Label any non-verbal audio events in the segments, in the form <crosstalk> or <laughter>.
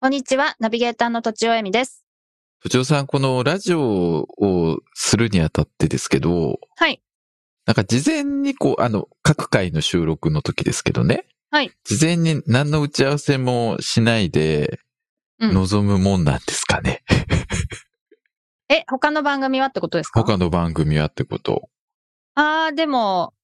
こんにちはナビゲーターのとちおえみです部長さん、このラジオをするにあたってですけど、はいなんか事前にこう、あの、各回の収録の時ですけどね。はい。事前に何の打ち合わせもしないで、うん望むもんなんですかね。え他の番組はってことです他の番組はってこと。ああ、でも、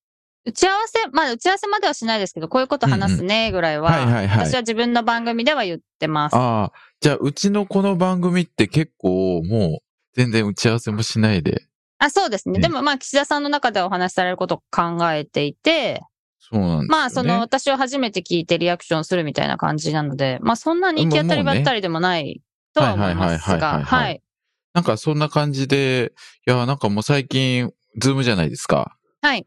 打ち合わせ、まあ打ち合わせまではしないですけど、こういうこと話すね、ぐらいは、はいはいはい私は自分の番組では言ってます。ああ、じゃあ、うちのこの番組って結構もう、全然打ち合わせもしないで。あ、そうですね。うんでもまあ、岸田さんの中ではお話しされることを考えていて、そうなんですよ、ね。まあ、その、、私を初めて聞いてリアクションするみたいな感じなので、まあ、そんなに行き当たりばったりでもないとは思いますもうねが、はいはいはいはいはいはい。なんかそんな感じで、いや、なんかもう最近、ズームじゃないですか。はい。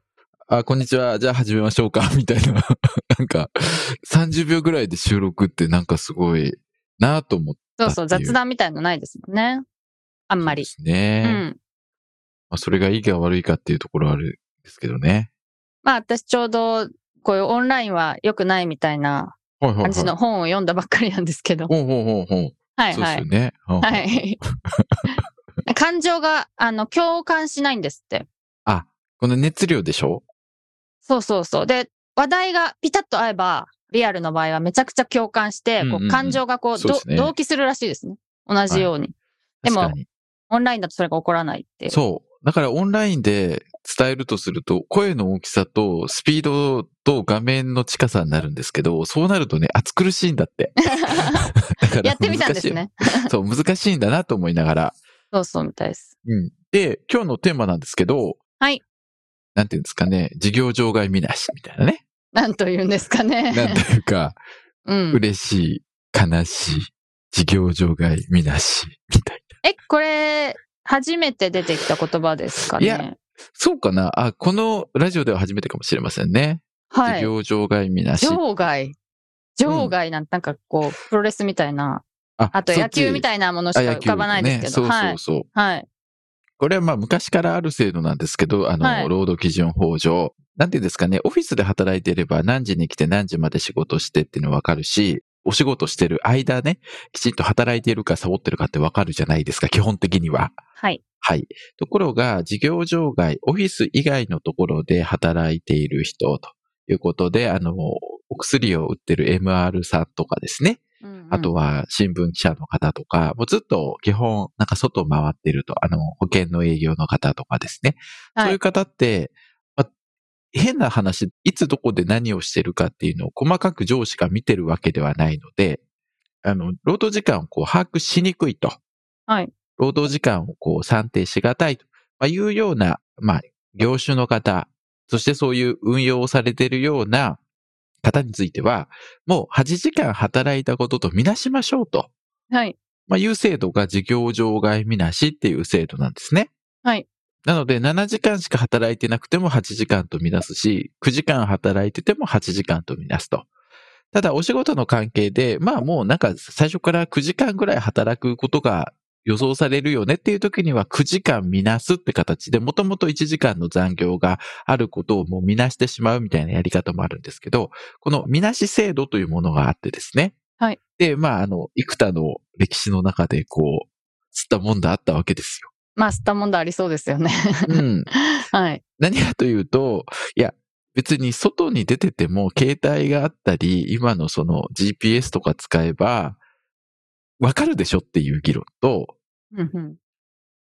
あ、こんにちは。じゃあ始めましょうか。み <laughs> たいな。なんか、30秒ぐらいで収録ってなんかすごいなぁと思って。そうそう、だっていう雑談みたいのないですもんね。あんまりで。すね。うん。まあ、それがいいか悪いかっていうところはあるんですけどね。まあ、私ちょうど、こういうオンラインは良くないみたいなはいはいはい。感じの本を読んだばっかりなんですけど。ほうほうほうほう。はいそうではすよい。ね。うんはい。感情が、あの、共感しないんですって。あ、この熱量でしょそうそうそう。で、話題がピタッと合えば、リアルの場合はめちゃくちゃ共感して、うんうこんううん感情がこう、そうでどすね同期するらしいですね。同じように。で確もかに。オンラインだとそれが起こらないっていう。そう。だからオンラインで伝えるとすると、声の大きさとスピードと画面の近さになるんですけど、そうなるとね、暑苦しいんだ <laughs> って。だからやってみたんです <laughs> 難しね。い。そう、難しいんだなと思いながら。そうそうみたいです。うん。で、今日のテーマなんですけど、はい。なんていうんですかね、事業場外見なしみたいな <laughs> ね。なんと言うんですかなんね。というか、 <laughs> うん。嬉しい、悲しい、事業場外見なしみたいな。え、これ、初めて出てきた言葉ですかね。いやそうかなあ、このラジオでは初めてかもしれませんね。はい事。業場外見なし。場外。場外なんて、なんかこう、プロレスみたいな、ああと野球みいたいなものしかあ野浮球かばないですけど、ね、そうはそ。いそうう。はい。これはまあ昔からある制度なんですけど、あの、はい労働基準法上。なんていうんですかね、オフィスで働いていれば何時に来て何時まで仕事してっていうのわかるし、お仕事してる間ね、きちんと働いているかサボってるかってわかるじゃないですか、基本的には。はい。はい。ところが、事業場外、オフィス以外のところで働いている人ということで、あの、お薬を売ってる MR さんとかですね、うんうんあとは新聞記者の方とか、もうずっと基本、なんか外回ってると、あの、保険の営業の方とかですね。はいそういう方って、まあ変な話、いつどこで何をしてるかっていうのを細かく上司が見てるわけではないので、あの、労働時間をこう把握しにくいと。はい労働時間をこう算定しがたいと、まあ、いうような、まあ、業種の方、そしてそういう運用をされているような方については、もう8時間働いたこととみなしましょうと。はい。まあ、いう制度が事業場外みなしっていう制度なんですね。はい。なので、7時間しか働いてなくても8時間とみなすし、9時間働いてても8時間とみなすと。ただ、お仕事の関係で、まあもうなんか最初から9時間ぐらい働くことが予想されるよねっていう時には9時間みなすって形で、もともと1時間の残業があることをもうみなしてしまうみたいなやり方もあるんですけど、このみなし制度というものがあってですね。はい。で、まあ、あの、幾多の歴史の中で、こう、吸ったもんだあったわけですよ。まあ、吸ったもんだありそうです <laughs> よね。うん。はい。何かというと、いや、別に外に出てても携帯があったり、今のその GPS とか使えば、わかるでしょっていう議論と、うんうん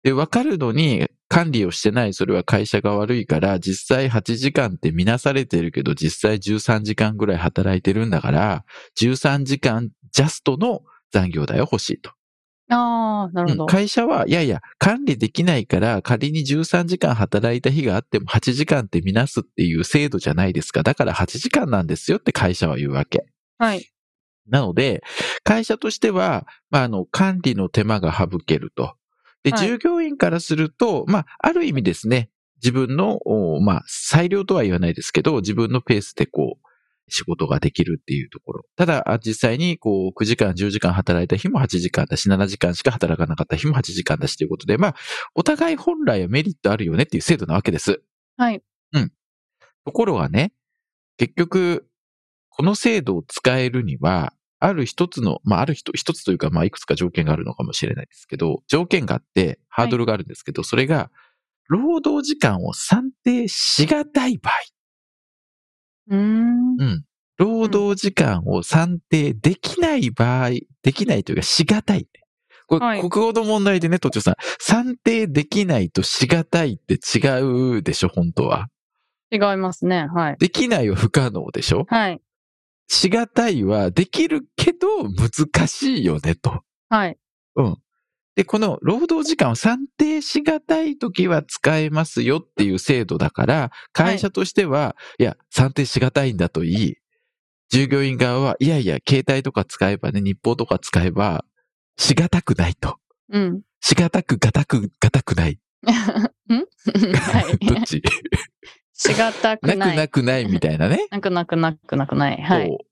で、わかるのに管理をしてない、それは会社が悪いから、実際8時間って見なされてるけど、実際13時間ぐらい働いてるんだから、13時間ジャストの残業代を欲しいと。ああ、なるほうんど。会社は、いやいや、管理できないから、仮に13時間働いた日があっても8時間って見なすっていう制度じゃないですか。だから8時間なんですよって会社は言うわけ。はい。なので、会社としては、まあ、あの、管理の手間が省けると。で、はい従業員からすると、まあ、ある意味ですね、自分の、おまあ、裁量とは言わないですけど、自分のペースでこう、仕事ができるっていうところ。ただ、あ実際にこう、9時間、10時間働いた日も8時間だし、7時間しか働かなかった日も8時間だしということで、まあ、お互い本来はメリットあるよねっていう制度なわけです。はい。ところがね、結局、この制度を使えるには、ある一つの、まあ、ある一一つというか、まあ、いくつか条件があるのかもしれないですけど、条件があって、ハードルがあるんですけど、それが、労働時間を算定しがたい場合、うーん。労働時間を算定できない場合、できないというか、しがたい。これ、はい国語の問題でね、都庁さん、算定できないとしがたいって違うでしょ、本当は。違いますね。はい。できないは不可能でしょはい。しがたいはできるけど難しいよねと。はい。うん。で、この労働時間を算定しがたいときは使えますよっていう制度だから、会社としては、い、や、算定しがたいんだと言い、従業員側は、いやいや、携帯とか使えばね、日報とか使えば、しがたくないと。うん。 <laughs> しがたく、がたく、がたくない。は <laughs> い。どっちしがたなくくない。なくないみたいなね。なくなくなくなくない。はい。こうっ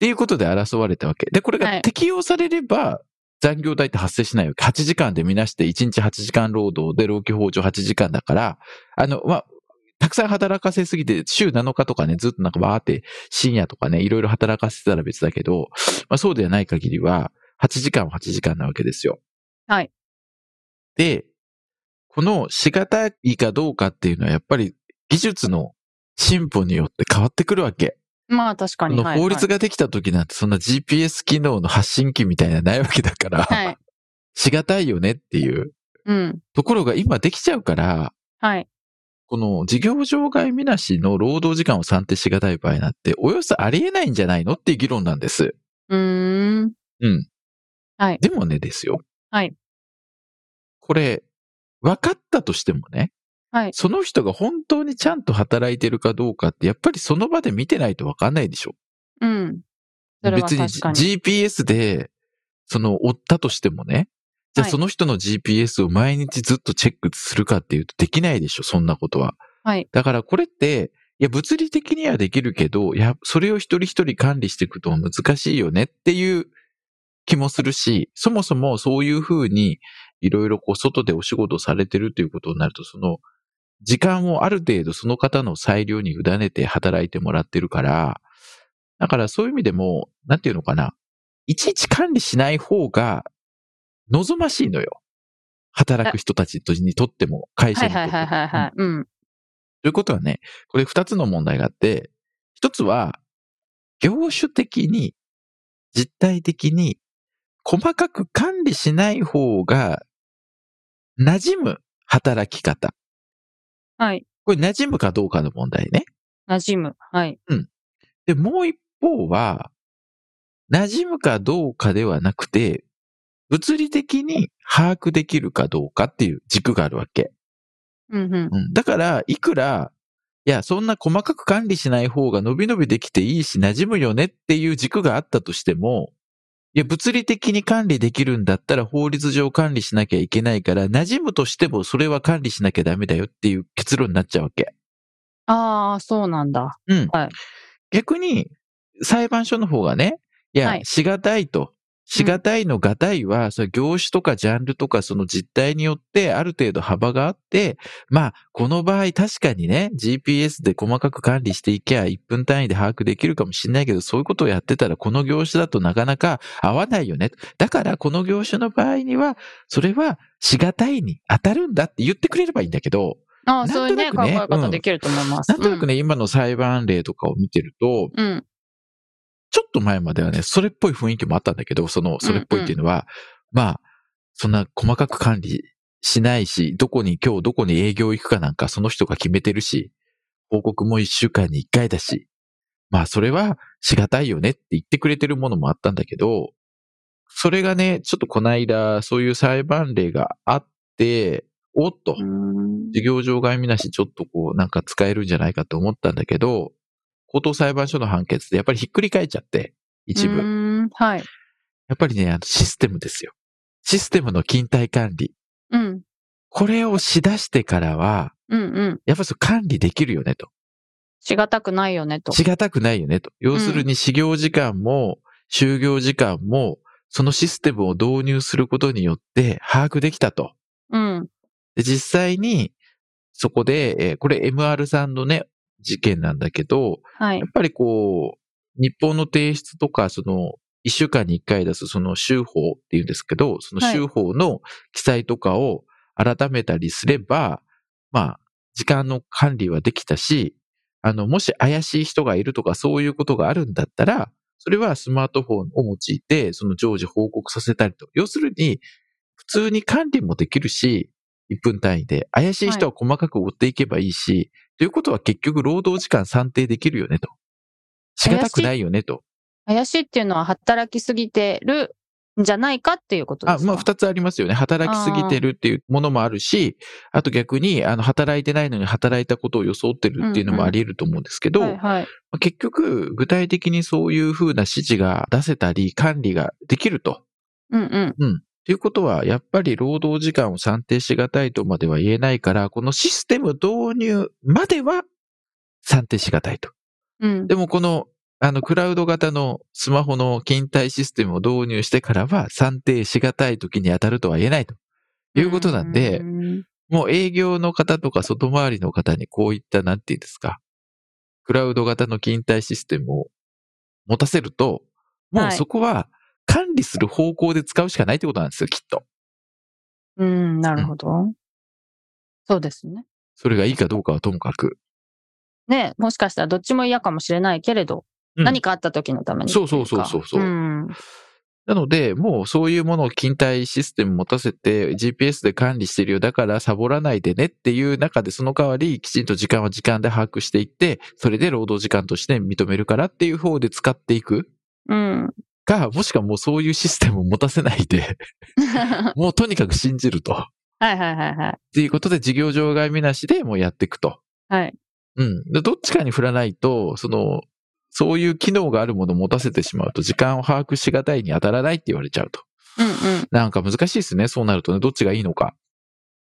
ていうことで争われたわけ。で、これはがい適用されれば、残業代って発生しないわけ。8時間で見なして、1日8時間労働で、労基法上8時間だから、あの、まあ、たくさん働かせすぎて、週7日とかね、ずっとなんかわーって深夜とかね、いろいろ働かせてたら別だけど、まあそうではない限りは、8時間は8時間なわけですよ。はい。で、このしがたいかどうかっていうのは、やっぱり技術の進歩によって変わってくるわけ。まあ確かに。このはい法律が。ができた時なんてそんな GPS 機能の発信機みたいなのないわけだから、はい。しがたいよねっていううん。ところが今できちゃうから、はい。この事業場外みなしの労働時間を算定しがたい場合なんて、およそありえないんじゃないのっていう議論なんです。うーん。うん。はいでもねですよ。はい。これ、分かったとしてもね、はいその人が本当にちゃんと働いてるかどうかって、やっぱりその場で見てないと分かんないでしょ。うん。それは別に確かに。 GPS で、その、追ったとしてもね、じゃあはいその人の GPS を毎日ずっとチェックするかっていうとできないでしょ、そんなことは。はい。だからこれって、いや、物理的にはできるけど、いや、それを一人一人管理していくと難しいよねっていう気もするし、そもそもそういうふうに、いろいろこう、外でお仕事されてるということになると、その、時間をある程度その方の裁量に委ねて働いてもらってるから、だからそういう意味でも、なんていうのかな、いちいち管理しない方が望ましいのよ。働く人たちにとっても、会社はいにとっはいてもはいはいはい。うん。ということはね、これ二つの問題があって、一つは、業種的に、実体的に、細かく管理しない方が、馴染む働き方。はい。これ馴染むかどうかの問題ね。馴染む。はい。で、もう一方は、馴染むかどうかではなくて、物理的に把握できるかどうかっていう軸があるわけ。うんうん。うんだから、いくら、いや、そんな細かく管理しない方が伸び伸びできていいし、馴染むよねっていう軸があったとしても、いや、物理的に管理できるんだったら法律上管理しなきゃいけないから、馴染むとしてもそれは管理しなきゃダメだよっていう結論になっちゃうわけ。ああ、そうなんだ。うん。はい逆に、裁判所の方がね、いや、はいしがたいと。しがたいのがたいは、それ業種とかジャンルとかその実態によってある程度幅があって、まあ、この場合確かにね、GPS で細かく管理していけば1分単位で把握できるかもしれないけど、そういうことをやってたらこの業種だとなかなか合わないよね。だからこの業種の場合には、それはしがたいに当たるんだって言ってくれればいいんだけど、あなあ、んとそういうね、なく考ねえ方できると思います。なんとなくね、今の裁判例とかを見てると、うん。うん。ちょっと前まではね、それっぽい雰囲気もあったんだけど、その、それっぽいっていうのは、まあ、そんな細かく管理しないし、どこに今日どこに営業行くかなんかその人が決めてるし、報告も一週間に一回だし、まあそれはしがたいよねって言ってくれてるものもあったんだけど、それがね、ちょっとこの間、そういう裁判例があって、おっと、事業場外見なしちょっとこうなんか使えるんじゃないかと思ったんだけど、高等裁判所の判決でやっぱりひっくり返っちゃって、一う部。ーんはい。やっぱりね、あのシステムですよ。システムの勤怠管理。うん。これをしだしてからは、うんうん。やっぱりそう管理できるよねと。しがたくないよねと。しがたくないよねと。要するに、始業時間も、就業時間も、そのシステムを導入することによって把握できたと。うん。で、実際に、そこで、えーこれ MR さんのね、事件なんだけど、はいや。っぱりこう、日本の提出とか、その、一週間に一回出す、その、州法っていうんですけど、そのはい州法の記載とかを改めたりすれば、まあ、時間の管理はできたし、あの、もし怪しい人がいるとか、そういうことがあるんだったら、それはスマートフォンを用いて、その常時報告させたりと。要するに、普通に管理もできるし、1分単位で、怪しい人は細かく追っていけばいいし、ということは結局労働時間算定できるよねと。仕方くないよねと。怪しいっていうのは働きすぎてるんじゃないかっていうことであ、すかまあ二つありますよね。働きすぎてるっていうものもあるし、あと逆に、あの、働いてないのに働いたことを装ってるっていうのもあり得ると思うんですけど、はいはい。まあ結局、具体的にそういうふうな指示が出せたり、管理ができると。うんうん。ということは、やっぱり労働時間を算定しがたいとまでは言えないから、このシステム導入までは算定しがたいと。うん。でもこの、あの、クラウド型のスマホの勤怠システムを導入してからは、算定しがたい時に当たるとは言えないということなんで、うんもう営業の方とか外回りの方にこういった、なんていうんですか、クラウド型の勤怠システムを持たせると、もはういそこは管理する方向で使うしかないってことなんですよ、きっと。うん、なるほど。そうですね。それがいいかどうかはともかく。ねもしかしたらどっちも嫌かもしれないけれど、うん何かあった時のためにっていか。そうそうそうそうそううん。なので、もうそういうものを勤怠システム持たせて GPS で管理してるよ。だからサボらないでねっていう中で、その代わりきちんと時間は時間で把握していって、それで労働時間として認めるからっていう方で使っていくうん。 <laughs> か、もしくはもうそういうシステムを持たせないで、 <laughs> はもうとにかく信じると。っいはいはいはい。ていうことで事業場外見なしでもうやっていくと。はい。うん。でどっちかに振らないと、その、そういう機能があるものを持たせてしまうと、時間を把握しがたいに当たらないって言われちゃうと。うんうん。なんか難しいですね。そうなるとね、どっちがいいのか。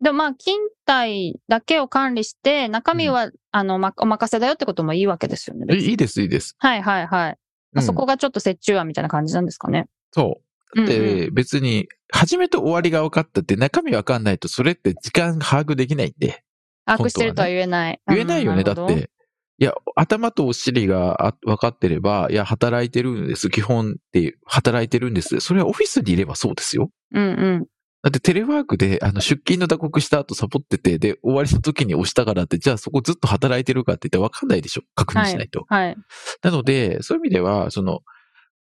でもまあ、勤怠だけを管理して、中身は、あの、ま、お任せだよってこともいいわけですよね。え別にいいです、いいです。はいはいはい。うんあそこがちょっと折衷案みたいな感じなんですかね。そう。だっうんて別に、始めと終わりが分かったって中身分かんないと、それって時間把握できないんで。把握してるとは言えない。言えないよね、うんだっ。て。いや、頭とお尻があ分かってれば、いや、働いてるんです。基本って、働いてるんです。それはオフィスにいればそうですよ。なるほどうんだってテレワークで、あの、出勤の打刻した後サボってて、で、終わりの時に押したからって、じゃあそこずっと働いてるかって言って分かんないでしょ。確認しないと。うん。はい。なので、そういう意味では、その、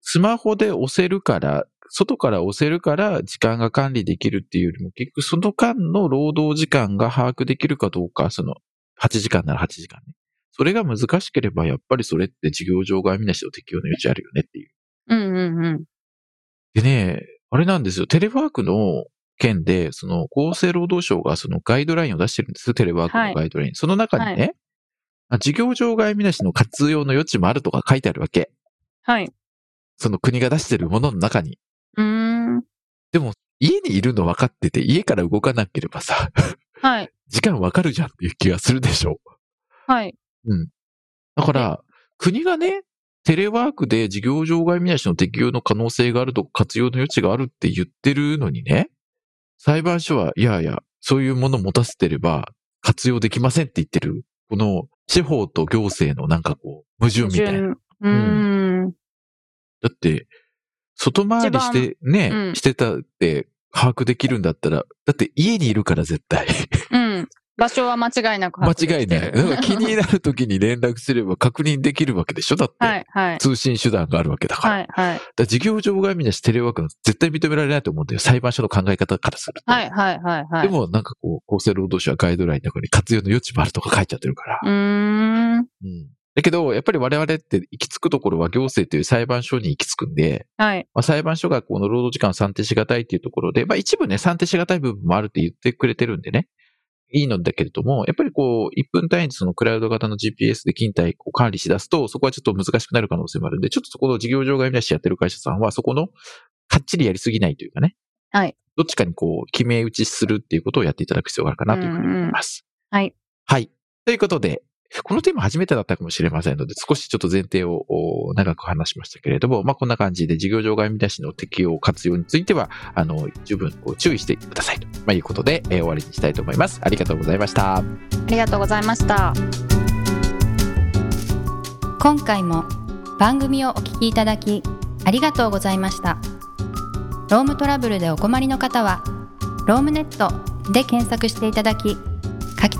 スマホで押せるから、外から押せるから時間が管理できるっていうよりも、結局その間の労働時間が把握できるかどうか、その、8時間なら8時間ね。それが難しければ、やっぱりそれって事業場外見なしの適用の余地あるよねっていう。うんうんうん。でね、あれなんですよ、テレワークの件で、その厚生労働省がそのガイドラインを出してるんですよ、テレワークのガイドライン。その中にね、あ事業場外見なしの活用の余地もあるとか書いてあるわけ。はい。その国が出してるものの中に。うーん。家にいるの分かってて、家から動かなければさ、 <laughs> はい。時間分かるじゃんっていう気がするでしょ。はい。だから、国がね、テレワークで事業場外見なしの適用の可能性があるとか活用の余地があるって言ってるのにね、裁判所は、いやいや、そういうものを持たせてれば活用できませんって言ってる。この司法と行政のなんかこう、矛盾みたいな。順。うーん。だって、外回りしてね、うんしてたって把握できるんだったら、だって家にいるから絶 <laughs> 対。うん。場所は間違いなく把間違握できてるいない。だから気になる時に連絡すれ <laughs> ば確認できるわけでしょだって。はいはい。通信手段があるわけだから。はいはだい。から事業場外見なしテレワークなんて絶対認められないと思うんだよ。裁判所の考え方からすると。はいはいはいはい。でもなんかこう、厚生労働省はガイドラインの中に活用の余地もあるとか書いちゃってるから。うーん。うんだけど、やっぱり我々って行き着くところは行政という裁判所に行き着くんで、はい。まあ、裁判所がこの労働時間を算定しがたいっていうところで、まあ一部ね、算定しがたい部分もあるって言ってくれてるんでね、いいのだけれども、やっぱりこう、1分単位でそのクラウド型の GPS で勤怠を管理しだすと、そこはちょっと難しくなる可能性もあるんで、ちょっとそこの事業場外見出してやってる会社さんは、そこの、かっちりやりすぎないというかね。はい。どっちかにこう、決め打ちするっていうことをやっていただく必要があるかなというふうに思います。うんうんはい。はい。ということで、このテーマ初めてだったかもしれませんので、少しちょっと前提をお長く話しましたけれども、まあ、こんな感じで事業場外見出しの適用活用については、あの、十分こう注意してくださいと、まあ、いうことで、えー終わりにしたいと思います。ありがとうございました。ありがとうございました今回も番組をお聞きいただきありがとうございましたロームトラブルでお困りの方はロームネットで検索していただき柿